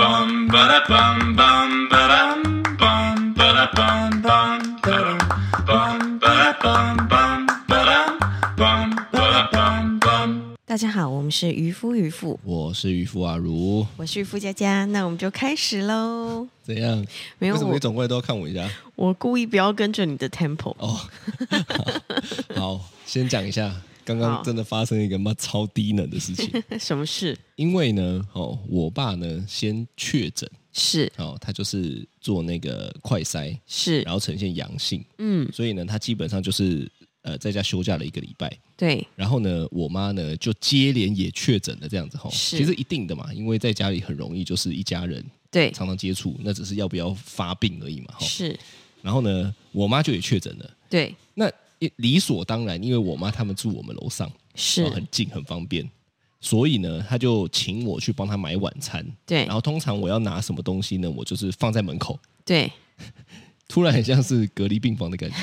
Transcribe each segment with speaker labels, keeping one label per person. Speaker 1: bum ba da bum bum ba dum bum ba da bum bum ba dum bum ba da bum bum ba dum bum ba da bum bum.
Speaker 2: 大家好，我们是渔夫渔妇，
Speaker 3: 我是渔夫阿如，
Speaker 2: 我是渔夫佳佳，那我们就开始喽。
Speaker 3: 怎样？
Speaker 2: 没有
Speaker 3: 为什么
Speaker 2: 我
Speaker 3: 你总过来都要看我一下？
Speaker 2: 我故意不要跟着你的 tempo，
Speaker 3: 哦，好，先讲一下，刚
Speaker 2: 好
Speaker 3: 刚真的发生一个妈超低能的 事情，
Speaker 2: 什么事？
Speaker 3: 因为呢，哦，我爸呢先确诊，
Speaker 2: 是
Speaker 3: 哦，他就是做那个快筛，
Speaker 2: 是
Speaker 3: 然，后呈现阳性，
Speaker 2: 嗯，
Speaker 3: 所以呢，他基本上就是呃在家休假了一个礼拜。
Speaker 2: 对，
Speaker 3: 然后呢，我妈呢就接连也确诊了这样子吼，
Speaker 2: 是
Speaker 3: 其实一定的嘛，因为在家里很容易就是一家人
Speaker 2: 对，
Speaker 3: 常常接触，那只是要不要发病而已嘛哦吼。
Speaker 2: 是，
Speaker 3: 然后呢，我妈就也确诊了。
Speaker 2: 对，
Speaker 3: 那也理所当然，因为我妈他们住我们楼上，然
Speaker 2: 是
Speaker 3: 后很，近很方便，所以呢，她就请我去帮她买晚餐。
Speaker 2: 对
Speaker 3: 然，后通常我要拿什么东西呢？我就是放在门口，
Speaker 2: 对，
Speaker 3: 突然很像是隔离病房的 感觉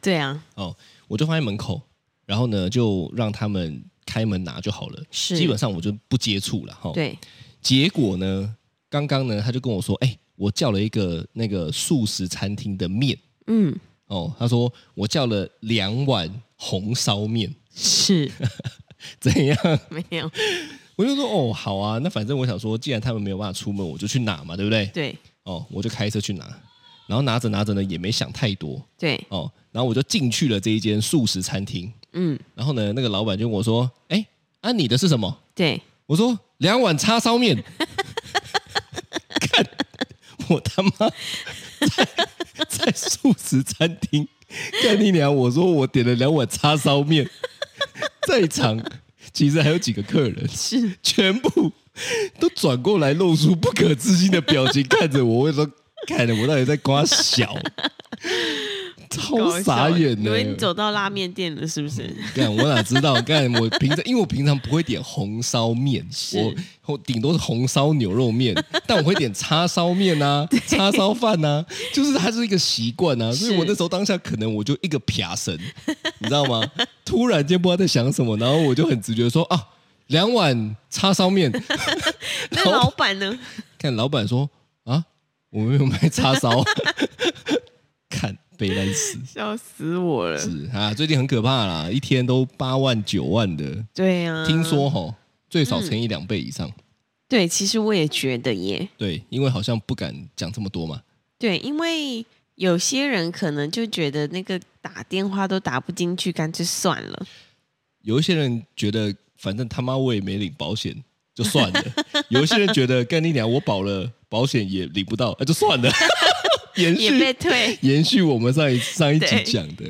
Speaker 2: 对啊，
Speaker 3: 哦，我就放在门口，然后呢就让他们开门拿就好了。
Speaker 2: 是
Speaker 3: 基本上我就不接触了哈。哦，
Speaker 2: 对，
Speaker 3: 结果呢，刚刚呢他就跟我说，哎，我叫了一个那个素食餐厅的面。
Speaker 2: 嗯，
Speaker 3: 哦，他说我叫了两碗红烧面，
Speaker 2: 是，
Speaker 3: 怎样？
Speaker 2: 没有，
Speaker 3: 我就说哦，好啊，那反正我想说，既然他们没有办法出门，我就去拿嘛，对不对？
Speaker 2: 对，
Speaker 3: 哦，我就开车去拿，然后拿着拿着呢，也没想太多
Speaker 2: 对，
Speaker 3: 哦，然后我就进去了这一间素食餐厅，
Speaker 2: 嗯，
Speaker 3: 然后呢，那个老板就问我说，哎，啊你的是什么？
Speaker 2: 对，
Speaker 3: 我说两碗叉烧面， 看我他妈在 在素食餐厅干你娘！我说我点了两碗叉烧面，在场其实还有几个客人，
Speaker 2: 是，
Speaker 3: 全部都转过来露出不可置信的表情看着我，我说看着我到底在刮小，超傻眼嗯
Speaker 2: 因
Speaker 3: 的、
Speaker 2: 为你走到拉面店了，是不是？
Speaker 3: 干我哪知道？干我平常因为我平常不会点红烧面，我我顶多是红烧牛肉面，但我会点叉烧面啊、叉烧饭啊，就是它是一个习惯啊。所以
Speaker 2: 是
Speaker 3: 我那时候当下可能我就一个撇神，你知道吗？突然间不知道在想什么，然后我就很直觉地说啊，两碗叉烧面。
Speaker 2: 那
Speaker 3: 老板
Speaker 2: 老板呢？
Speaker 3: 看老板说啊，我没有卖叉烧， 看被烂死。
Speaker 2: 笑死我了，
Speaker 3: 是啊，最近很可怕啦，一天都八万九万的。
Speaker 2: 对啊，
Speaker 3: 听说吼，最少乘以两倍以上。
Speaker 2: 对，其实我也觉得耶，
Speaker 3: 对，因为好像不敢讲这么多嘛。
Speaker 2: 对，因为有些人可能就觉得那个打电话都打不进去，干脆算了。
Speaker 3: 有一些人觉得，反正他妈我也没领保险，就 算了；有一些人觉得，干你娘，我保了保险也领不到，哎那、就 算了。延
Speaker 2: 也被
Speaker 3: 续
Speaker 2: 退。
Speaker 3: 延续我们上一上一集
Speaker 2: 对
Speaker 3: 讲的，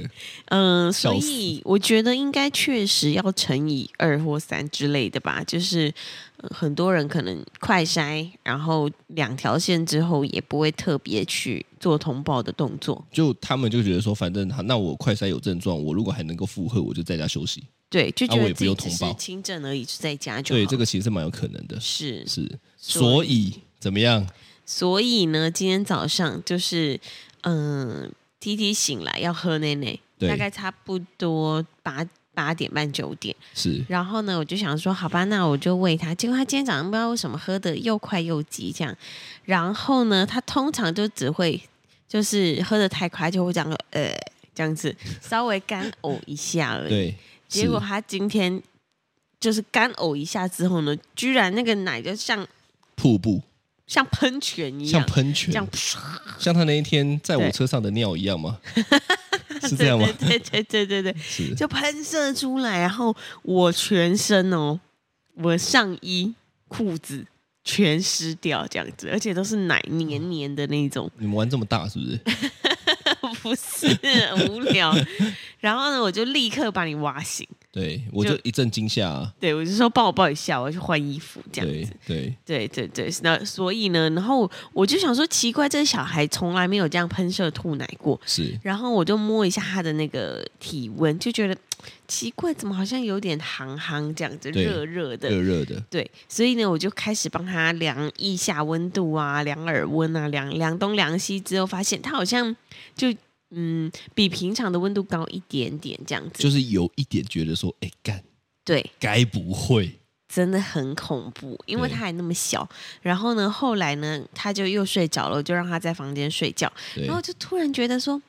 Speaker 2: 嗯，所
Speaker 3: 笑死
Speaker 2: 以我觉得应该确实要乘以二或三之类的吧。就是、呃很多人可能快筛，然后两条线之后也不会特别去做通报的动作。
Speaker 3: 就他们就觉得说，反正好那我快筛有症状，我如果还能够负荷，我就在家休息。
Speaker 2: 对，就
Speaker 3: 啊
Speaker 2: 觉得
Speaker 3: 我也不
Speaker 2: 自己
Speaker 3: 用
Speaker 2: 只
Speaker 3: 通
Speaker 2: 是
Speaker 3: 报
Speaker 2: 轻症而已，就在家就好。
Speaker 3: 对，这个其实蛮有可能的。
Speaker 2: 是
Speaker 3: 是，
Speaker 2: 所
Speaker 3: 所以怎么样？
Speaker 2: 所以呢，今天早上就是，嗯，T T 醒来要喝奶奶，
Speaker 3: 对
Speaker 2: 大概差不多八八点半九点。
Speaker 3: 是
Speaker 2: 然后呢，我就想说，好吧，那我就喂他。结果他今天早上不知道为什么喝的又快又急这样。然后呢，他通常就只会就是喝的太快，就会这样呃这样子，稍微干呕一下而已。
Speaker 3: 对，
Speaker 2: 结果
Speaker 3: 是
Speaker 2: 他今天就是干呕一下之后呢，居然那个奶就像
Speaker 3: 瀑布
Speaker 2: 像喷泉一
Speaker 3: 像
Speaker 2: 样，
Speaker 3: 喷
Speaker 2: 这
Speaker 3: 泉，
Speaker 2: 样。
Speaker 3: 像他那一天在我
Speaker 2: 对
Speaker 3: 车上的尿一样吗？ 是这样吗？
Speaker 2: 对对对对对对，
Speaker 3: 是
Speaker 2: 就喷射出来，然后我全身哦，我上衣、裤子全湿掉这样子，而且都是奶黏黏的那种，
Speaker 3: 你们玩这么大是不是？
Speaker 2: 不是很无聊。然后呢，我就立刻把你挖醒，
Speaker 3: 对，我就一阵惊吓、啊。
Speaker 2: 对我就说帮我抱一下，我要去换衣服这样
Speaker 3: 对
Speaker 2: 子。
Speaker 3: 对，
Speaker 2: 对对对，那所以呢，然后我就想说奇怪，这个小孩从来没有这样喷射吐奶过，
Speaker 3: 是
Speaker 2: 然后我就摸一下他的那个体温，就觉得奇怪，怎么好像有点行行这样子，
Speaker 3: 对
Speaker 2: 热热的。
Speaker 3: 热热的。
Speaker 2: 对，所以呢，我就开始帮他量腋下温度啊，量耳温啊，量量东量西之后，发现他好像就嗯比平常的温度高一点点这样子。
Speaker 3: 就是有一点觉得说，哎干，
Speaker 2: 对，
Speaker 3: 该不会
Speaker 2: 真的很恐怖，因为
Speaker 3: 对
Speaker 2: 他还那么小。然后呢，后来呢，他就又睡着了，我就让他在房间睡觉。
Speaker 3: 对
Speaker 2: 然后就突然觉得说，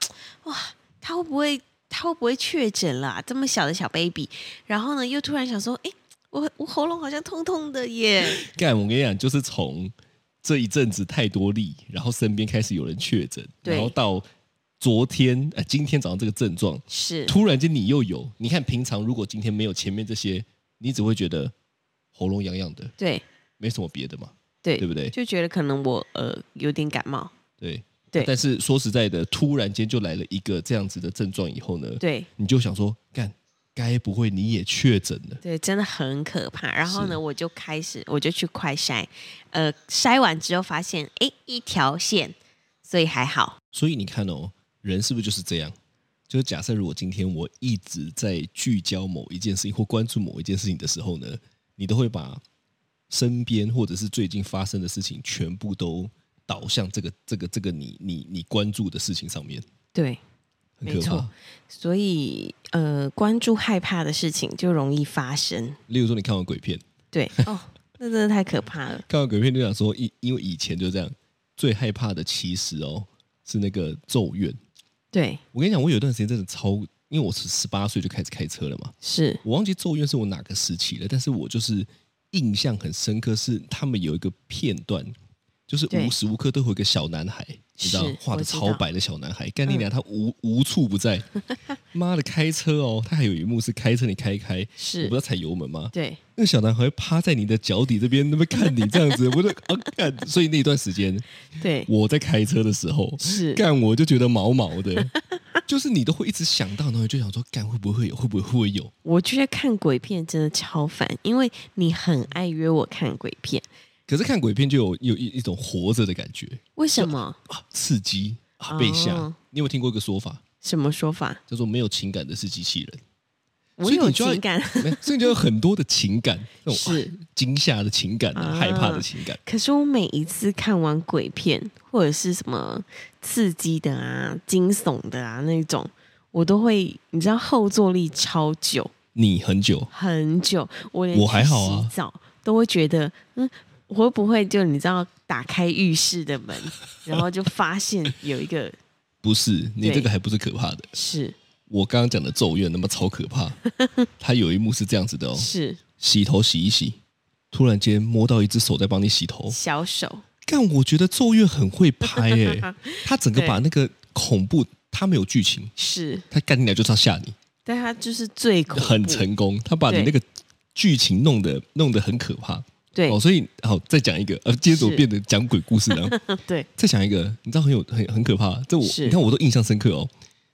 Speaker 2: 哇，他会不会他会不会确诊啦、这么小的小 baby，然后呢，又突然想说，哎，我我喉咙好像痛痛的 耶。
Speaker 3: 干，我跟你讲，就是从这一阵子太多例，然后身边开始有人确诊，
Speaker 2: 对
Speaker 3: 然后到昨天呃今天早上这个症状，
Speaker 2: 是，
Speaker 3: 突然间你又有，你看平常如果今天没有前面这些，你只会觉得喉咙痒痒的，
Speaker 2: 对
Speaker 3: 没什么别的嘛，
Speaker 2: 对
Speaker 3: 对不对？
Speaker 2: 就觉得可能我呃有点感冒。
Speaker 3: 对
Speaker 2: 对
Speaker 3: 但是说实在的，突然间就来了一个这样子的症状以后呢，
Speaker 2: 对
Speaker 3: 你就想说，干，该不会你也确诊了？
Speaker 2: 对，真的很可怕。然后
Speaker 3: 是
Speaker 2: 呢，我就开始我就去快筛，呃，筛完之后发现，哎，一条线，所以还好。
Speaker 3: 所以你看哦，人是不是就是这样？就是假设如果今天我一直在聚焦某一件事情或关注某一件事情的时候呢，你都会把身边或者是最近发生的事情全部都导向这个这个这个你你你关注的事情上面，
Speaker 2: 对，
Speaker 3: 很
Speaker 2: 没
Speaker 3: 可
Speaker 2: 错
Speaker 3: 怕。
Speaker 2: 所以呃，关注害怕的事情就容易发生。
Speaker 3: 例如说，你看完鬼片，
Speaker 2: 对哦，那真的太可怕了。
Speaker 3: 看完鬼片就想说，因因为以前就这样，最害怕的其实哦是那个咒怨。
Speaker 2: 对，
Speaker 3: 我跟你讲，我有一段时间真的超，因为我是十八岁就开始开车了嘛，
Speaker 2: 是
Speaker 3: 我忘记《咒怨》是我哪个时期了，但是我就是印象很深刻，是他们有一个片段，就是
Speaker 2: 对
Speaker 3: 无时无刻都会有一个小男孩，你知道
Speaker 2: 是
Speaker 3: 画的
Speaker 2: 我知道嗯
Speaker 3: 超白的小男孩，干你娘，他无无处 不在。妈的，开车哦，他还有一幕是开车你开一开，
Speaker 2: 是
Speaker 3: 我不是踩油门吗？
Speaker 2: 对
Speaker 3: 那个小男孩趴在你的脚底这边，那边看你这样子，我就 啊干，所以那一段时间
Speaker 2: 对
Speaker 3: 我在开车的时候，
Speaker 2: 是
Speaker 3: 干我就觉得毛毛的， 就是你都会一直想到，然后你就想说干会不会有，会不会会不会有？
Speaker 2: 我觉得看鬼片真的超烦，因为你很爱约我看鬼片，
Speaker 3: 可是看鬼片就有有一一种活着的感觉
Speaker 2: 为什么？
Speaker 3: 啊，刺激啊，被吓。
Speaker 2: 哦
Speaker 3: 你有没有听过一个说法，
Speaker 2: 什么说法？
Speaker 3: 叫做没有情感的是机器人？
Speaker 2: 我
Speaker 3: 所以
Speaker 2: 有
Speaker 3: 你就要
Speaker 2: 情感，
Speaker 3: 没有，所以就有很多的情感，那种
Speaker 2: 是
Speaker 3: 啊惊吓的情感啊，
Speaker 2: 啊
Speaker 3: 害怕的情感。
Speaker 2: 可是我每一次看完鬼片或者是什么刺激的啊、惊悚的啊那种，我都会你知道后坐力超久
Speaker 3: 你很久
Speaker 2: 很久，我连
Speaker 3: 我还好啊
Speaker 2: 去洗澡都会觉得嗯。我会不会就你知道打开浴室的门，然后就发现有一个
Speaker 3: 不是你
Speaker 2: 对
Speaker 3: 这个还不是可怕的，
Speaker 2: 是
Speaker 3: 我刚刚讲的咒怨那么超 可怕。它有一幕是这样子的哦，
Speaker 2: 是
Speaker 3: 洗头洗一洗，突然间摸到一只手在帮你洗头，
Speaker 2: 小手，
Speaker 3: 但我觉得咒怨很会拍诶、 他整个
Speaker 2: 对
Speaker 3: 把那个恐怖，他没有剧情，
Speaker 2: 是，
Speaker 3: 他干你娘就是要吓你。
Speaker 2: 但他就是最恐怖
Speaker 3: 很成功，他把你那
Speaker 2: 对
Speaker 3: 个剧情弄得弄得很可怕。
Speaker 2: 对、
Speaker 3: 哦，所以好再讲一个，呃，接着我
Speaker 2: 是
Speaker 3: 变得讲鬼故事了。
Speaker 2: 嗯对
Speaker 3: 再讲一个，你知道很有很很可怕，这我
Speaker 2: 是
Speaker 3: 你看我都印象深刻哦。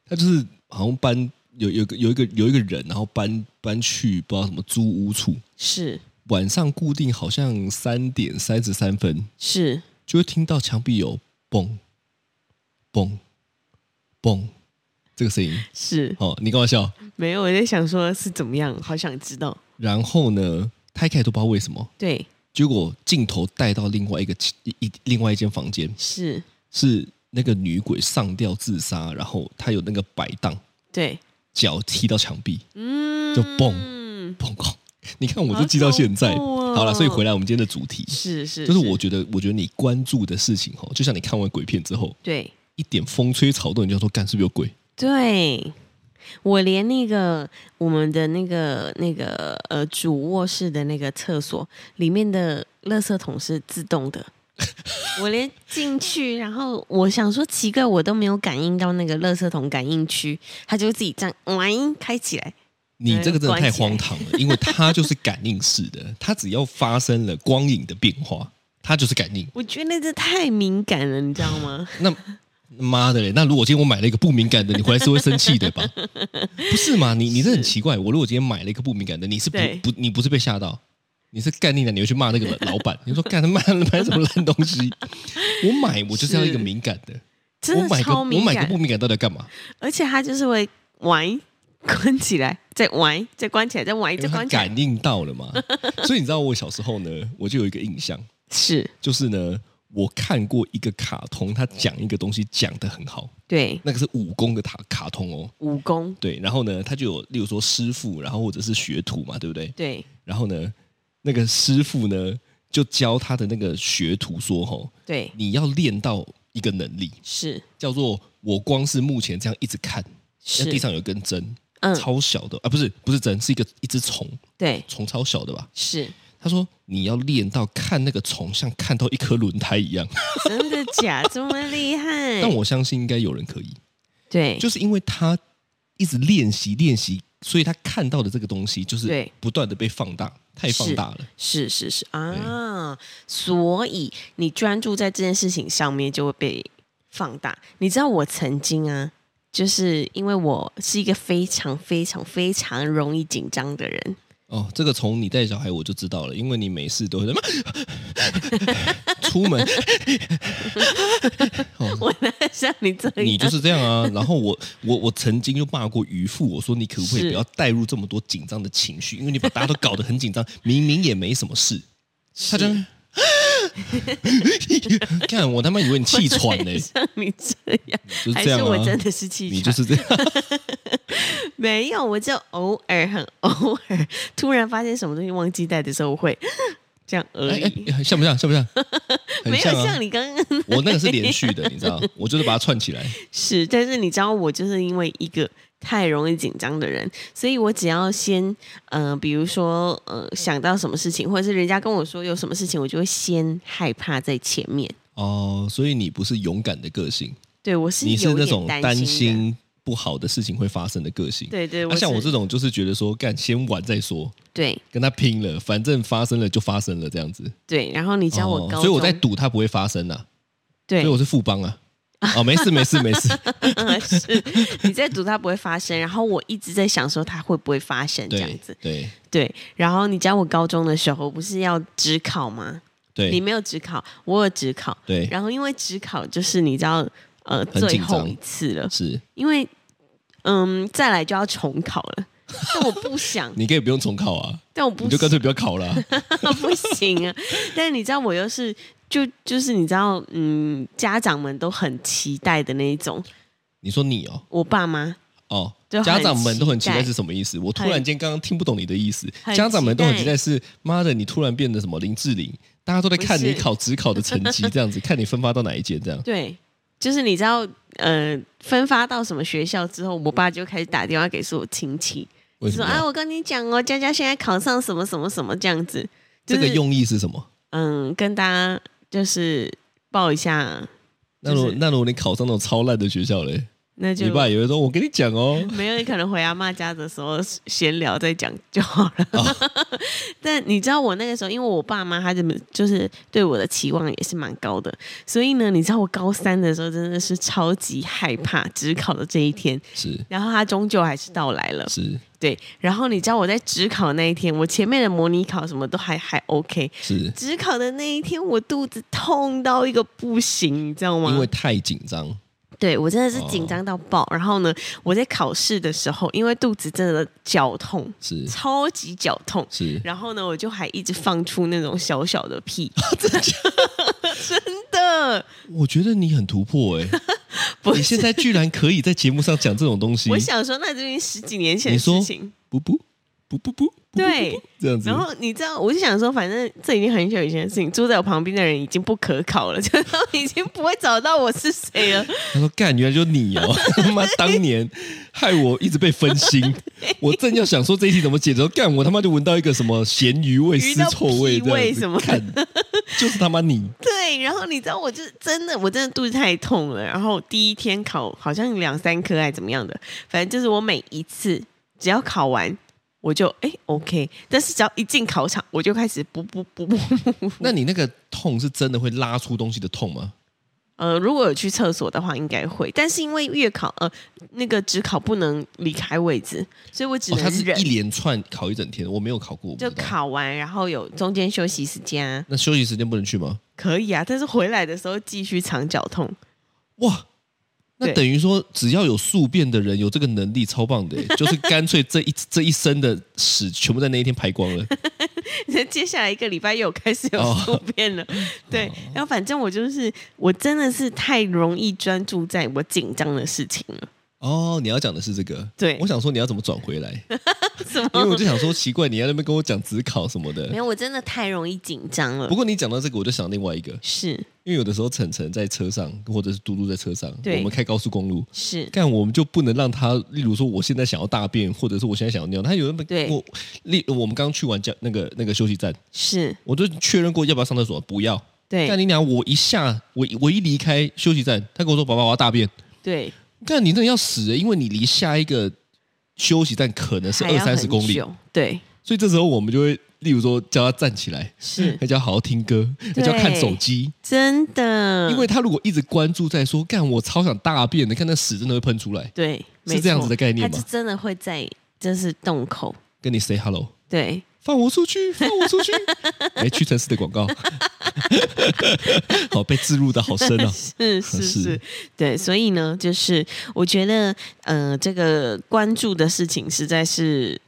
Speaker 3: 他就是好像搬有有个有一个有一个人，然后搬搬去不知道什么租屋处，
Speaker 2: 是
Speaker 3: 晚上固定好像三点三十三分
Speaker 2: 是
Speaker 3: 就会听到墙壁有嘣嘣嘣这个声音。
Speaker 2: 是，
Speaker 3: 哦，你干嘛笑？
Speaker 2: 没有我在想说是怎么样，好想知道。
Speaker 3: 然后呢，他一开始都不知道为什么，
Speaker 2: 对，
Speaker 3: 结果镜头带到另外一个一一另外一间房间，
Speaker 2: 是，
Speaker 3: 是那个女鬼上吊自杀，然后她有那个摆荡，
Speaker 2: 对，
Speaker 3: 脚踢到墙壁，
Speaker 2: 嗯，啊
Speaker 3: 就蹦砰砰。 你看，我就记到现在。
Speaker 2: 好恐怖哦
Speaker 3: 好了，所以回来我们今天的主题，
Speaker 2: 是是，
Speaker 3: 就是我觉得，我觉得你关注的事情哦，就像你看完鬼片之后，
Speaker 2: 对
Speaker 3: 一点风吹草动，你就说干是不是有鬼？
Speaker 2: 对，我连那个我们的那个那个呃主卧室的那个厕所里面的垃圾桶是自动 的。我连进去，然后我想说奇怪，我都没有感应到那个垃圾桶感应区，它就自己这样嗯开起来。
Speaker 3: 你这个真的太
Speaker 2: 关起来
Speaker 3: 荒唐了，因为它就是感应式的，它只要发生了光影的变化，它就是感应。
Speaker 2: 我觉得那这太敏感了，你知道吗？
Speaker 3: 那妈的嘞！那如果今天我买了一个不敏感的，你回来是会生气 的吧？不是嘛？你你这很奇怪。我如果今天买了一个不敏感的，你是不
Speaker 2: 对
Speaker 3: 不你不是被吓到，你是干你的，你会去骂那个老 板，你说干他妈的买什么烂东西？我买我就是要一个敏感的，我
Speaker 2: 真的
Speaker 3: 买个
Speaker 2: 超
Speaker 3: Oh 我
Speaker 2: 敏
Speaker 3: 买个
Speaker 2: 感
Speaker 3: 不，敏感到底要干嘛？
Speaker 2: 而且它就是会玩关起来，再玩，再关起来，再玩，
Speaker 3: 因
Speaker 2: 再
Speaker 3: 为他
Speaker 2: 关起来。
Speaker 3: 感应到 了嘛。所以你知道我小时候呢，我就有一个印象，
Speaker 2: 是
Speaker 3: 就是呢。我看过一个卡通，他讲一个东西讲得很好，
Speaker 2: 对
Speaker 3: 那个是武功的卡卡通哦，
Speaker 2: 武功，
Speaker 3: 对，然后呢，他就有，例如说师傅，然后或者是学徒嘛，对不对？
Speaker 2: 对
Speaker 3: 然后呢，那个师傅呢就教他的那个学徒说：“吼，
Speaker 2: 对，
Speaker 3: 你要练到一个能力，
Speaker 2: 是
Speaker 3: 叫做我光是目前这样一直看，
Speaker 2: 是，
Speaker 3: 那地上有一根针，
Speaker 2: 嗯
Speaker 3: 超小的啊，不是不是针，是一个一只虫，
Speaker 2: 对
Speaker 3: 虫超小的吧？
Speaker 2: 是，
Speaker 3: 他说你要练到看那个虫像看到一颗轮胎一样，
Speaker 2: 真的假？这么厉害？
Speaker 3: 但我相信应该有人可以，
Speaker 2: 对
Speaker 3: 就是因为他一直练习练习，所以他看到的这个东西就是
Speaker 2: 对
Speaker 3: 不断的被放大，太放
Speaker 2: 是
Speaker 3: 大了。
Speaker 2: 是是是啊，所以你专注在这件事情上面就会被放大。你知道我曾经啊，就是因为我是一个非常非常非常容易紧张的人，
Speaker 3: 哦，这个从你带小孩我就知道了，因为你每次都会在那 出 门，
Speaker 2: 我哪像你这样，
Speaker 3: 你就是这样啊。然后我我我曾经就骂过渔夫，我说你可不可以
Speaker 2: 是
Speaker 3: 不要带入这么多紧张的情绪，因为你把大家都搞得很紧张， 明明也没什么事，他就 看我他妈以为你气喘 嘞、
Speaker 2: 像你这样，
Speaker 3: 就是
Speaker 2: 还
Speaker 3: 这
Speaker 2: 是
Speaker 3: 样
Speaker 2: 我
Speaker 3: 啊。
Speaker 2: 真的是气
Speaker 3: 你
Speaker 2: 喘？
Speaker 3: 就是这样，
Speaker 2: 没有，我就偶尔很偶尔，突然发现什么东西忘记带的时候我会这样而
Speaker 3: 哎
Speaker 2: 已，
Speaker 3: 哎像不像？像 不像？很
Speaker 2: 没有
Speaker 3: 啊！
Speaker 2: 像你刚刚
Speaker 3: 我那个是连续的，你知道，我就是把它串起来。
Speaker 2: 是，但是你知道，我就是因为一个太容易紧张的人，所以我只要先呃，比如说呃，想到什么事情，或者是人家跟我说有什么事情，我就会先害怕在前面。
Speaker 3: 哦，所以你不是勇敢的个性，
Speaker 2: 对我是
Speaker 3: 你是
Speaker 2: 有
Speaker 3: 那
Speaker 2: 点
Speaker 3: 种
Speaker 2: 担
Speaker 3: 担
Speaker 2: 心的，
Speaker 3: 心不好的事情会发生的个性。
Speaker 2: 对对，
Speaker 3: 那、
Speaker 2: 我
Speaker 3: 啊像我
Speaker 2: 是
Speaker 3: 这种，就是觉得说，干先玩再说，
Speaker 2: 对
Speaker 3: 跟他拼了，反正发生了就发生了这样子。
Speaker 2: 对，然后你知道我
Speaker 3: 哦
Speaker 2: 高中，
Speaker 3: 所以我在赌他不会发生啊，
Speaker 2: 对
Speaker 3: 所以我是富 邦啊。哦，没事没事没事，嗯
Speaker 2: 是你在赌它不会发生，然后我一直在想说它会不会发生这样
Speaker 3: 对
Speaker 2: 子。
Speaker 3: 对
Speaker 2: 对，然后你知道我高中的时候不是要职考吗？你
Speaker 3: 对
Speaker 2: 没有职考，我有职考。
Speaker 3: 对，
Speaker 2: 然后因为职考就是你知道，呃，
Speaker 3: 很
Speaker 2: 最
Speaker 3: 紧张
Speaker 2: 后一次了，
Speaker 3: 是
Speaker 2: 因为嗯，再来就要重考 了。但我不想，
Speaker 3: 你可以不用重考啊，
Speaker 2: 但我
Speaker 3: 你
Speaker 2: 不
Speaker 3: 就干
Speaker 2: 想，
Speaker 3: 脆不要考了啊、
Speaker 2: 不行啊！但是你知道，我又是就就是你知道，嗯，家长们都很期待的那一种。
Speaker 3: 你说你哦
Speaker 2: 我爸妈
Speaker 3: 哦
Speaker 2: 就，很
Speaker 3: 家长们都很期
Speaker 2: 期
Speaker 3: 待
Speaker 2: 待
Speaker 3: 是什么意思？我突
Speaker 2: 很
Speaker 3: 然间刚刚听不懂你的意思。
Speaker 2: 很
Speaker 3: 家长们都很
Speaker 2: 期
Speaker 3: 期
Speaker 2: 待
Speaker 3: 待是，妈的，你突然变得什么林志玲，大家都在
Speaker 2: 不
Speaker 3: 看你
Speaker 2: 是
Speaker 3: 考职考的成 绩，这样子看你分发到哪一间这样。
Speaker 2: 对，就是你知道，呃，分发到什么学校之后，我爸就开始打电话给所有亲戚，
Speaker 3: 为什
Speaker 2: 说
Speaker 3: 么
Speaker 2: 啊，
Speaker 3: 要？
Speaker 2: 我跟你讲哦，佳佳现在考上什么什么什么这样子。就
Speaker 3: 这
Speaker 2: 是、
Speaker 3: 个用意是什么？
Speaker 2: 嗯，跟大家就是报一下，
Speaker 3: 那如果
Speaker 2: 就是
Speaker 3: 那如果你考上那种超烂的学校嘞，
Speaker 2: 那就
Speaker 3: 你 爸也会说：“我跟你讲哦，
Speaker 2: 没有，你可能回阿妈家的时候闲聊再讲就好了。
Speaker 3: 哦
Speaker 2: 但你知道我那个时候，因为我爸妈他们就是对我的期望也是蛮高的，所以呢，你知道我高三的时候真的是超级害怕只考的这一天，
Speaker 3: 是
Speaker 2: 然后他终究还是到来了。
Speaker 3: 是
Speaker 2: 对，然后你知道我在只考那一天，我前面的模拟考什么都还还 OK，
Speaker 3: 是，
Speaker 2: 只考的那一天我肚子痛到一个不行，你知道吗？
Speaker 3: 因为哦太紧张，
Speaker 2: 对我真的是紧张到爆。然后呢，我在考试的时候，因为肚子真的绞痛，
Speaker 3: 是
Speaker 2: 超级绞痛。
Speaker 3: 是
Speaker 2: 然后呢，我就还一直放出那种小小的 屁， 真的，
Speaker 3: 我觉得你很突破哎、
Speaker 2: 不
Speaker 3: 你
Speaker 2: 是。
Speaker 3: 现在居然可以在节目上讲这种东西
Speaker 2: 我，想说，那就已经十几年前的
Speaker 3: 你说
Speaker 2: 事情。
Speaker 3: 不不不不不，不
Speaker 2: 对，
Speaker 3: 不不这样子
Speaker 2: 然，后你知道，我就想说，反正这已经很久以前的事情，住在我旁边的人已经不可考了，就是他们已经不会找到我是谁了。
Speaker 3: 他说：“干，原来就你哦！ 他妈，当年害我一直被分心。我正要想说这一题怎么解，然后干，我他妈就闻到一个什么咸鱼味、
Speaker 2: 鱼
Speaker 3: 尸
Speaker 2: 到
Speaker 3: 臭味
Speaker 2: 屁
Speaker 3: 这样
Speaker 2: 味
Speaker 3: 子，
Speaker 2: 什么的
Speaker 3: 看，就是他 妈你。
Speaker 2: 对，然后你知道，我就是真的，我真的肚子太痛了。然后第一天考好像两三科还怎么样的，反正就是我每一次只要考完，我就哎 OK，但是只要一进考场，我就开始不不不不不。
Speaker 3: 那你那个痛是真的会拉出东西的痛吗？
Speaker 2: 呃，如果有去厕所的话，应该会，但是因为月考呃那个只考不能离开位置，所以我只
Speaker 3: 哦，它
Speaker 2: 能
Speaker 3: 是
Speaker 2: 忍。
Speaker 3: 一连串考一整天，我没有考过，我不
Speaker 2: 就
Speaker 3: 知道。
Speaker 2: 考完，然后有中间休息时间、啊，
Speaker 3: 那休息时间不能去吗？
Speaker 2: 可以啊。但是回来的时候继续肠绞痛，
Speaker 3: 哇！”那
Speaker 2: 对
Speaker 3: 等于说，只要有宿便的人有这个能力，超棒的耶，就是干脆这一这一身的屎全部在那一天排光了。
Speaker 2: 接下来一个礼拜又开始有
Speaker 3: 哦
Speaker 2: 宿便 了。对，然后反正我就是，我真的是太容易专注在我紧张的事情了。
Speaker 3: 哦，你要讲的是这个，
Speaker 2: 对
Speaker 3: 我想说你要怎么转回来，
Speaker 2: 什
Speaker 3: 因为我
Speaker 2: 么？
Speaker 3: 就想说奇怪，你在那边跟我讲只考什么
Speaker 2: 没
Speaker 3: 的。
Speaker 2: 有，我真的太容易紧张了
Speaker 3: 不。过你讲到这个，我就想另外一个，
Speaker 2: 是
Speaker 3: 因为有的时候晨晨在车上，或者是嘟嘟在车上，
Speaker 2: 对
Speaker 3: 我们开高速公路，
Speaker 2: 是，
Speaker 3: 干我们就不能让他，例如说我现在想要大便，或者是我现在想要尿，他有人
Speaker 2: 对
Speaker 3: 我，例我们刚去完家那个那个休息站，
Speaker 2: 是，
Speaker 3: 我就确认过要不要上厕所，不要。但
Speaker 2: 对，
Speaker 3: 你俩我一下，我一我一离开休息站，他跟我说：“爸爸，我要大便。
Speaker 2: 对，”
Speaker 3: 干你真的要死、欸，因为你离下一个休息站可能是
Speaker 2: 还
Speaker 3: 二
Speaker 2: 要
Speaker 3: 三十
Speaker 2: 很
Speaker 3: 公里，
Speaker 2: 久，对，
Speaker 3: 所以这时候我们就会，例如说叫他站起来，
Speaker 2: 是
Speaker 3: 还叫他好好听 歌，还
Speaker 2: 对
Speaker 3: 叫他看手机，
Speaker 2: 真的，
Speaker 3: 因为他如果一直关注在说“干我超想大便的”，看那屎真的会喷出来，
Speaker 2: 对，
Speaker 3: 是
Speaker 2: 没
Speaker 3: 这样
Speaker 2: 错
Speaker 3: 子的概念
Speaker 2: 它
Speaker 3: 吗
Speaker 2: 是真的会在就是洞口，
Speaker 3: 跟你 say hello。
Speaker 2: 对，
Speaker 3: 放我出去！放 我出去！哎，屈臣氏的广告，好被植入的好深啊！
Speaker 2: 是是
Speaker 3: 是
Speaker 2: 是，对，所以呢，就是我觉得，呃，这个关注的事情实在是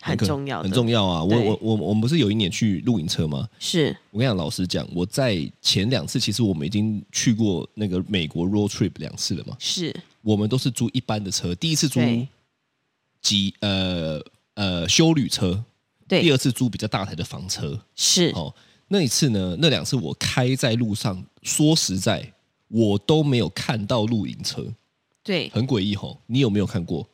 Speaker 2: 很
Speaker 3: 可
Speaker 2: 重要的，
Speaker 3: 很重要啊！我
Speaker 2: 对
Speaker 3: 我我我们不是有一年去露营车吗？
Speaker 2: 是
Speaker 3: 我跟你讲，老实讲，我在前两次其实我们已经去过那个美国 road trip 两次了嘛，
Speaker 2: 是，
Speaker 3: 我们都是租一般的车，第一次租
Speaker 2: 对
Speaker 3: 几呃呃修旅车，第
Speaker 2: 对
Speaker 3: 二次租比较大台的房车。
Speaker 2: 是，
Speaker 3: 哦，那一次呢，那两次我开在路上，说实在，我都没有看到露营车，
Speaker 2: 对，
Speaker 3: 很诡异吼。你有没有看过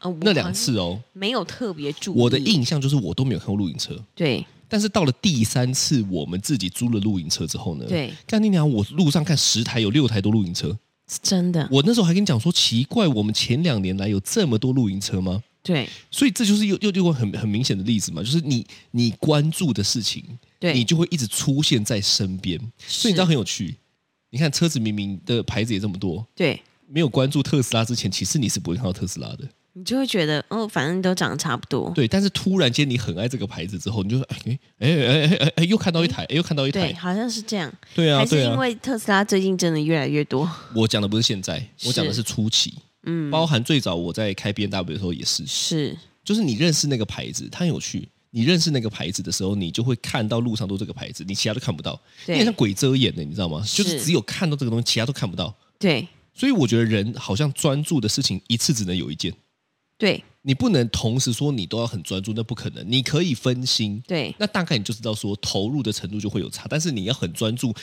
Speaker 2: 呃我
Speaker 3: 那
Speaker 2: 好
Speaker 3: 两
Speaker 2: 像
Speaker 3: 次哦？
Speaker 2: 没有特别注意，
Speaker 3: 我的印象就是我都没有看过露营车。
Speaker 2: 对
Speaker 3: 但是到了第三次，我们自己租了露营车之后呢，
Speaker 2: 对，
Speaker 3: 干你娘！我路上看十台，有六台都露营车。
Speaker 2: 是真的，
Speaker 3: 我那时候还跟你讲说，奇怪，我们前两年来有这么多露营车吗？
Speaker 2: 对
Speaker 3: 所以这就是又又又很很明显的例子嘛，就是你你关注的事情，
Speaker 2: 对，
Speaker 3: 你就会一直出现在身边。所以你知道
Speaker 2: 是
Speaker 3: 很有趣，你看车子明明的牌子也这么多，
Speaker 2: 对。
Speaker 3: 没有关注特斯拉之前，其实你是不会看到特斯拉的。
Speaker 2: 你就会觉得，哦，反正都长得差不多，
Speaker 3: 对，但是突然间你很爱这个牌子之后，你就哎哎哎哎哎哎，又看到一台，哎又看到一
Speaker 2: 对，
Speaker 3: 台，
Speaker 2: 好像是这样。
Speaker 3: 对啊
Speaker 2: 还是
Speaker 3: 对
Speaker 2: 因
Speaker 3: 啊。
Speaker 2: 为特斯拉最近真的越来越多，
Speaker 3: 我讲的不是现在，我讲的
Speaker 2: 是
Speaker 3: 是初期，
Speaker 2: 嗯，
Speaker 3: 包含最早我在开 B N W 的时候也是，
Speaker 2: 是
Speaker 3: 就是你认识那个牌子，它很有趣。你认识那个牌子的时候，你就会看到路上都这个牌子，你其他都看不到。你
Speaker 2: 对
Speaker 3: 很像鬼遮眼的，你知道吗？就是
Speaker 2: 是
Speaker 3: 只有看到这个东西，其他都看不到。
Speaker 2: 对
Speaker 3: 所以我觉得人好像专注的事情一次只能有一件，
Speaker 2: 对
Speaker 3: 你不能同时说你都要很专注，那不可能。你可以分心，
Speaker 2: 对
Speaker 3: 那大概你就知道说投入的程度就会有差，但是你要很专注。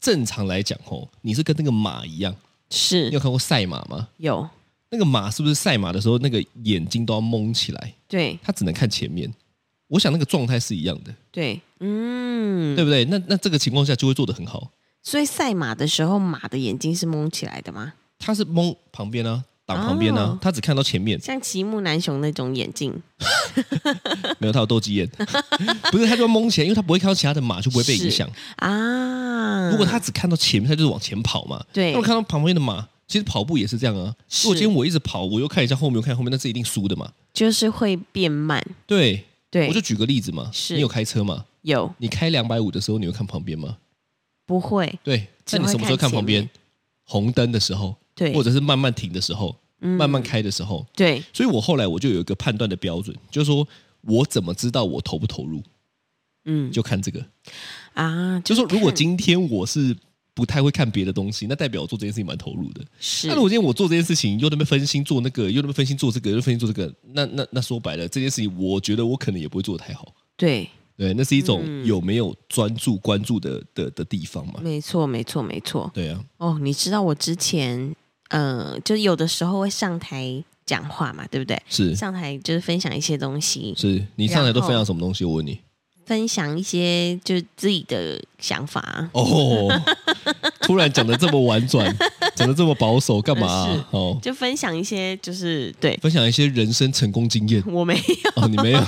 Speaker 3: 正常来讲，吼，你是跟那个马一样，你
Speaker 2: 是
Speaker 3: 有看过赛马吗？
Speaker 2: 有
Speaker 3: 那个马是不是赛马的时候，那个眼睛都要蒙起来，
Speaker 2: 对
Speaker 3: 它只能看前面？我想那个状态是一样的，
Speaker 2: 对，嗯，
Speaker 3: 对不对？那那这个情况下就会做得很好。
Speaker 2: 所以赛马的时候，马的眼睛是蒙起来的吗？
Speaker 3: 它是蒙旁边啊，挡旁边啊
Speaker 2: 哦，
Speaker 3: 它只看到前面，
Speaker 2: 像骑木南雄那种眼镜，
Speaker 3: 没有它有斗鸡眼， 不是它就蒙起来，因为它不会看到其他的马，就不会被影响。
Speaker 2: 啊？
Speaker 3: 如果他只看到前面，他就是往前跑嘛。
Speaker 2: 对
Speaker 3: 那我看到旁边的马，其实跑步也是这样啊。
Speaker 2: 是
Speaker 3: 如果今天我一直跑，我又看一下后面，又看后面，那是一定输的嘛。
Speaker 2: 就是会变慢，
Speaker 3: 对，
Speaker 2: 对，
Speaker 3: 我就举个例子嘛。
Speaker 2: 是
Speaker 3: 你有开车嘛？
Speaker 2: 有
Speaker 3: 你开两百五的时候，你会看旁边吗？
Speaker 2: 不会，
Speaker 3: 对。
Speaker 2: 只
Speaker 3: 那
Speaker 2: 会
Speaker 3: 你什么时候看旁边
Speaker 2: 看？
Speaker 3: 红灯的时候，
Speaker 2: 对，
Speaker 3: 或者是慢慢停的时候，
Speaker 2: 嗯
Speaker 3: 慢慢开的时候。
Speaker 2: 对
Speaker 3: 所以我后来我就有一个判断的标准，就是说我怎么知道我投不投入，
Speaker 2: 嗯
Speaker 3: 就看这个。
Speaker 2: 啊，
Speaker 3: 就是说，如果
Speaker 2: 看
Speaker 3: 今天我是不太会看别的东西，那代表我做这件事情蛮投入的。
Speaker 2: 是
Speaker 3: 那如果今天我做这件事情，又在那边分心做那个，又在那边分心做这个，又分心做这个，那那那说白了，这件事情我觉得我可能也不会做得太好。
Speaker 2: 对，
Speaker 3: 对，那是一种
Speaker 2: 嗯
Speaker 3: 有没有专注关注的的的地方嘛？
Speaker 2: 没错没错没错。
Speaker 3: 对啊，
Speaker 2: 哦，你知道我之前，呃，就有的时候会上台讲话嘛，对不对？
Speaker 3: 是
Speaker 2: 上台就是分享一些东西，
Speaker 3: 是，你上来都
Speaker 2: 然后
Speaker 3: 分享什么东西？我问你
Speaker 2: 分享一些就是自己的想法。啊
Speaker 3: 哦，突然讲的这么婉转，讲的这么保守，干嘛啊、
Speaker 2: 是
Speaker 3: 哦，
Speaker 2: 就分享一些，就是对
Speaker 3: 分享一些人生成功经验
Speaker 2: 我没有，
Speaker 3: 哦，你没有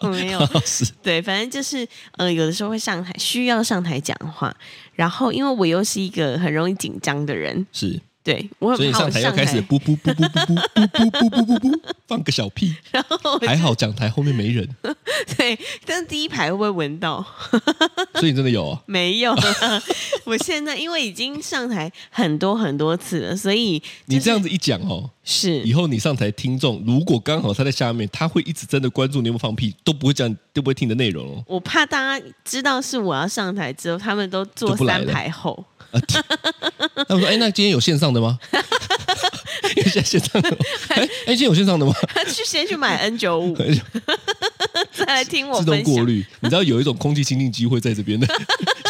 Speaker 2: 我没有，
Speaker 3: 是
Speaker 2: 对，反正就是，呃，有的时候会上台，需要上台讲话，然后因为我又是一个很容易紧张的人，
Speaker 3: 是，
Speaker 2: 对我
Speaker 3: 所
Speaker 2: 很
Speaker 3: 以你
Speaker 2: 怕我
Speaker 3: 上台要
Speaker 2: 上
Speaker 3: 开
Speaker 2: 台，
Speaker 3: 始不不不不不不不不不不不放个小屁，
Speaker 2: 然后
Speaker 3: 还好讲台后面没人，
Speaker 2: 对，但是第一排会不会闻到？
Speaker 3: 所以你真的有啊。
Speaker 2: 没有啦， 我现在因为已经上台很多很多次了，所以
Speaker 3: 你这样子一讲哦，以
Speaker 2: 是
Speaker 3: 后你上台，听众如果刚好他在下面，他会一直真的关注你有没有放屁，都不会讲，都不会听你的内容哦。
Speaker 2: 我怕大家知道是我要上台之后，他们都坐
Speaker 3: 就不来
Speaker 2: 三
Speaker 3: 了
Speaker 2: 排后，
Speaker 3: 他们说：“哎，那今天有线上的吗？”现在线上的吗，哎哎，现在有线上的吗？
Speaker 2: 他去先去买 N 九 五，再来听我
Speaker 3: 自动
Speaker 2: 分
Speaker 3: 过
Speaker 2: 享。
Speaker 3: 滤，你知道有一种空气清净机会在这边的，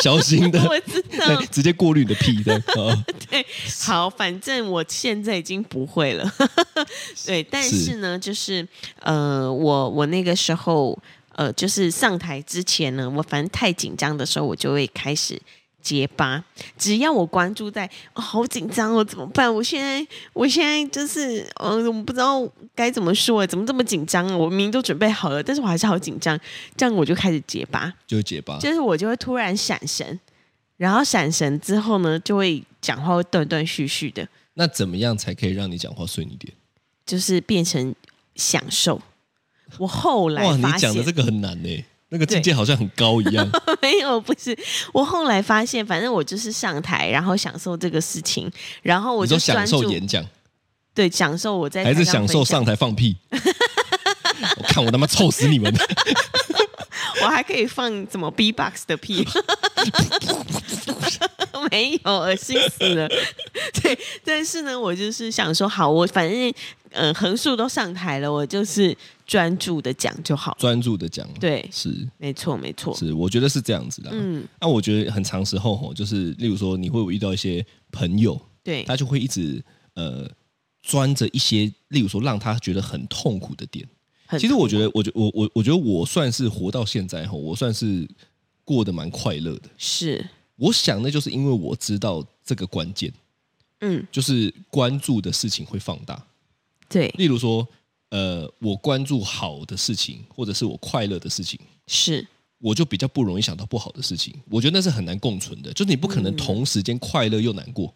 Speaker 3: 小型的，
Speaker 2: 我知道，
Speaker 3: 直接过滤你的 屁的啊！
Speaker 2: 对，好，反正我现在已经不会了。 对，但
Speaker 3: 是
Speaker 2: 是呢，就是呃，我我那个时候呃，就是上台之前呢，我反正太紧张的时候，我就会开始。结巴，只要我关注在、哦好紧张哦，怎么办？我现在，我现在就是，呃，我不知道该怎么说，怎么这么紧张啊？我明明都准备好了，但是我还是好紧张，这样我就开始结巴。
Speaker 3: 就结 巴，
Speaker 2: 就是我就会突然闪神，然后闪神之后呢，就会讲话会断断续续的，
Speaker 3: 那怎么样才可以让你讲话顺一点？
Speaker 2: 就是变成享受。我后来
Speaker 3: 哇，你
Speaker 2: 发现
Speaker 3: 讲的这个很难呢、那个境界好像很高一样。
Speaker 2: 没有，不是我后来发现，反正我就是上台，然后享受这个事情，然后我
Speaker 3: 你说
Speaker 2: 就专
Speaker 3: 享受
Speaker 2: 注
Speaker 3: 演讲，
Speaker 2: 对享受我在
Speaker 3: 还是
Speaker 2: 台上
Speaker 3: 享受
Speaker 2: 分享
Speaker 3: 上台放屁？ 我看我他妈臭死 你们！
Speaker 2: 我还可以放怎么 B box 的屁，没有，恶心死了。对，但是呢，我就是想说，好，我反正呃横竖都上台了，我就是专注的讲就好。
Speaker 3: 专注的讲，，
Speaker 2: 对，
Speaker 3: 是
Speaker 2: 没错，没错，
Speaker 3: 是，我觉得是这样子的。嗯，那、我觉得很长时候吼，就是例如说，你会遇到一些朋友，
Speaker 2: 对，
Speaker 3: 他就会一直呃钻着一些，例如说让他觉得很痛苦的点。
Speaker 2: 很
Speaker 3: 其实我觉得，我觉我我我觉得我算是活到现在吼，我算是过得蛮快乐的。
Speaker 2: 是，
Speaker 3: 我想那就是因为我知道这个关键，
Speaker 2: 嗯，
Speaker 3: 就是关注的事情会放大。
Speaker 2: 对，
Speaker 3: 例如说，呃，我关注好的事情，或者是我快乐的事情，
Speaker 2: 是，
Speaker 3: 我就比较不容易想到不好的事情。我觉得那是很难共存的，就是你不可能同时间快乐又难过，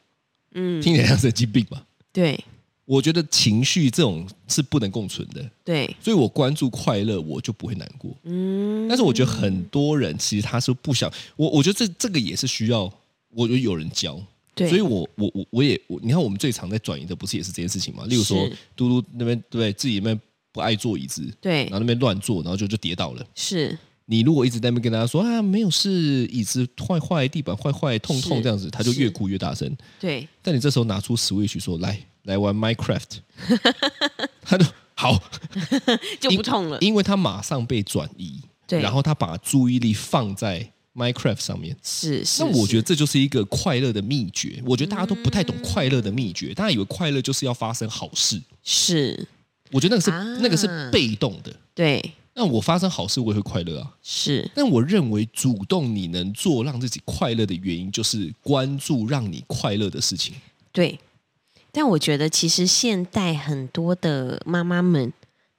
Speaker 2: 嗯，
Speaker 3: 听起来像神经病吧？
Speaker 2: 对，
Speaker 3: 我觉得情绪这种是不能共存的，
Speaker 2: 对，
Speaker 3: 所以我关注快乐，我就不会难过。
Speaker 2: 嗯，
Speaker 3: 但是我觉得很多人其实他是不想，我我觉得这这个也是需要，我觉得有人教。
Speaker 2: 对，
Speaker 3: 所以我我我我也我，你看我们最常在转移的不是也是这件事情嘛？例如说
Speaker 2: 是
Speaker 3: 嘟嘟那边对不对自己那边不爱坐椅子，
Speaker 2: 对
Speaker 3: 然后那边乱坐，然后就就跌倒了。
Speaker 2: 是，
Speaker 3: 你如果一直在那边跟大家说啊没有事，椅子坏坏，地板坏坏，痛痛
Speaker 2: 是
Speaker 3: 这样子，他就是越哭越大声。
Speaker 2: 对，
Speaker 3: 但你这时候拿出 Switch 说来来玩 Minecraft，他就 好，
Speaker 2: 就不痛了，
Speaker 3: 因为他马上被转移，
Speaker 2: 对
Speaker 3: 然后他把注意力放在 Minecraft 上面。
Speaker 2: 是是。
Speaker 3: 那我觉得
Speaker 2: 得
Speaker 3: 这就是一个快乐的秘诀。我觉得大家都不太懂快乐的秘诀，
Speaker 2: 嗯
Speaker 3: 大家以为快乐就是要发生好事。
Speaker 2: 是，
Speaker 3: 我觉得那个是、
Speaker 2: 啊
Speaker 3: 那个是被动的。
Speaker 2: 对，
Speaker 3: 那我发生好事，我也会快乐啊。
Speaker 2: 是，
Speaker 3: 但我认为主动你能做让自己快乐的原因，就是关注让你快乐的事情。
Speaker 2: 对，但我觉得其实现代很多的妈妈们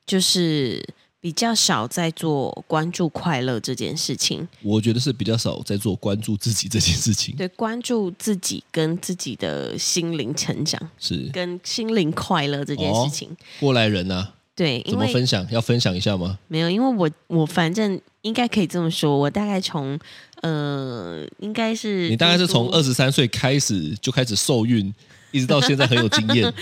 Speaker 2: 就是比较少在做关注快乐这件事情，
Speaker 3: 我觉得是比较少在做关注自己这件事情。
Speaker 2: 对，关注自己跟自己的心灵成长、
Speaker 3: 是
Speaker 2: 跟心灵快乐这件事
Speaker 3: 哦
Speaker 2: 情，
Speaker 3: 过来人啊，
Speaker 2: 对，
Speaker 3: 怎
Speaker 2: 因
Speaker 3: 么
Speaker 2: 为
Speaker 3: 分享？要分享一下吗？
Speaker 2: 没有，因为我我反正应该可以这么说，我大概从呃，应该是
Speaker 3: 你大概是从
Speaker 2: 嘟嘟
Speaker 3: 二十三岁开始就开始受孕，一直到现在很有经 验。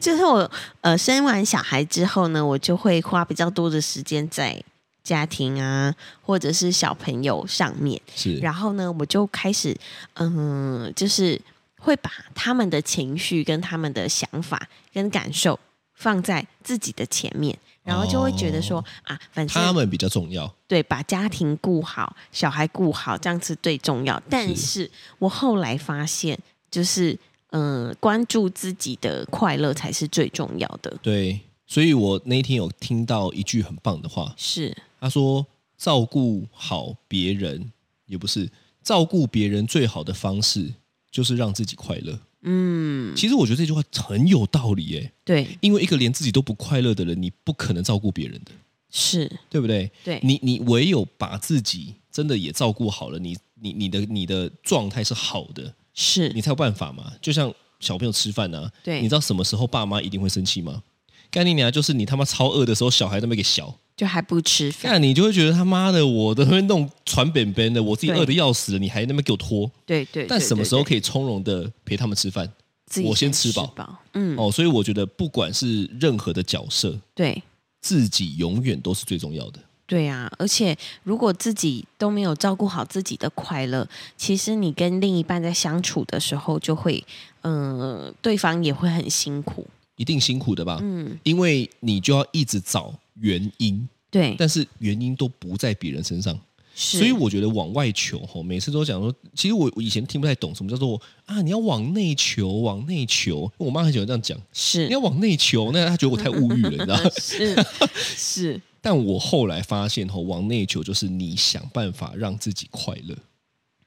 Speaker 2: 就是我呃生完小孩之后呢，我就会花比较多的时间在家庭啊，或者是小朋友上面。
Speaker 3: 是
Speaker 2: 然后呢，我就开始嗯、就是会把他们的情绪、跟他们的想法、跟感受放在自己的前面，然后就会觉得说、
Speaker 3: 哦
Speaker 2: 啊，反正
Speaker 3: 他们比较重要。
Speaker 2: 对，把家庭顾好，小孩顾好，这样是最重要。但是我后来发现，就是嗯、呃关注自己的快乐才是最重要的。
Speaker 3: 对，所以我那一天有听到一句很棒的话，
Speaker 2: 是
Speaker 3: 他说：“照顾好别人，也不是照顾别人最好的方式，就是让自己快乐。”嗯，其实我觉得这句话很有道理耶，
Speaker 2: 对，
Speaker 3: 因为一个连自己都不快乐的人，你不可能照顾别人的，
Speaker 2: 是，
Speaker 3: 对不对？
Speaker 2: 对，
Speaker 3: 你你唯有把自己真的也照顾好了，你你你的你的状态是好的，
Speaker 2: 是
Speaker 3: 你才有办法嘛。就像小朋友吃饭啊，
Speaker 2: 对
Speaker 3: 你知道什么时候爸妈一定会生气吗？干你娘！就是你他妈超饿的时候，小孩在那边给小，
Speaker 2: 就还不吃饭。
Speaker 3: 干你就会觉得他妈的，我都会弄船扁扁的，我自己
Speaker 2: 对
Speaker 3: 饿的要死了，你还在那边给我拖。
Speaker 2: 对对
Speaker 3: 但什么时候可
Speaker 2: 以
Speaker 3: 以从容的陪他们吃饭？
Speaker 2: 自己
Speaker 3: 我先吃
Speaker 2: 吃
Speaker 3: 饱
Speaker 2: 嗯，
Speaker 3: 哦，所以我觉得不管是任何的角色，
Speaker 2: 对。
Speaker 3: 自己永远都是最重要的。
Speaker 2: 对啊，而且如果自己都没有照顾好自己的快乐，其实你呃跟另一半在相处的时候，就会，嗯、对方也会很辛苦。
Speaker 3: 一一定辛苦的吧？
Speaker 2: 嗯，
Speaker 3: 因为你就要一直找原因，
Speaker 2: 对，
Speaker 3: 但是原因都不在别人身上。
Speaker 2: 是
Speaker 3: 所以我觉得往外求吼，每次都讲说，其实我我以前听不太懂什么叫做啊，你要往内求，往内求。我妈很喜欢这样讲，
Speaker 2: 是呃
Speaker 3: 你要往内求，那她觉得我太物欲了，你 知道吗？
Speaker 2: 是是，
Speaker 3: 但我后来发现吼，往内求就是你想办法让自己快乐。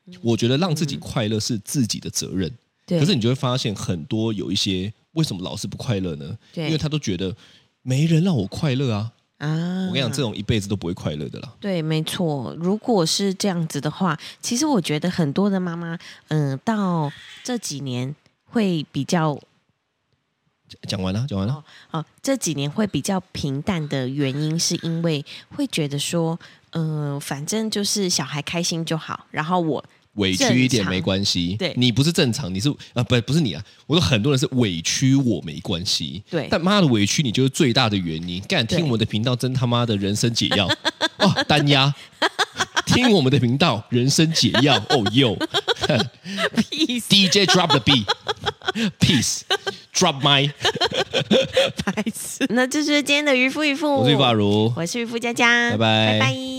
Speaker 2: 嗯
Speaker 3: 我觉得让自己快乐是自己的责任，
Speaker 2: 对，
Speaker 3: 可是你就会发现很多有一些为什么老是不快乐呢？
Speaker 2: 对
Speaker 3: 因为他都觉得没人让我快乐啊。
Speaker 2: 啊，
Speaker 3: 我跟你讲，这种一辈子都不会快乐的啦。
Speaker 2: 对，没错。如果是这样子的话，其实我觉得很多的妈妈，嗯、到这几年会比较
Speaker 3: 讲完了，讲完了。
Speaker 2: 哦，这几年会比较平淡的原因，是因为会觉得说，嗯、反正就是小孩开心就好，然后我
Speaker 3: 委屈
Speaker 2: 正
Speaker 3: 一点
Speaker 2: 常
Speaker 3: 没关系，
Speaker 2: 对
Speaker 3: 你不是正常，你是啊不不是你啊，我说很多人是委屈我没关系，
Speaker 2: 对
Speaker 3: 但妈的委屈你就是最大的原因。干
Speaker 2: 对
Speaker 3: 听我们的频道真他妈的人生解 药哦，单压，听我们的频道人生解 药哦哟
Speaker 2: 屁事
Speaker 3: ，DJ drop the beat，peace drop my，
Speaker 2: 白痴。那这就是今天的渔夫渔妇，
Speaker 3: 我是法如，
Speaker 2: 我是渔夫佳佳，
Speaker 3: 拜拜
Speaker 2: 拜拜。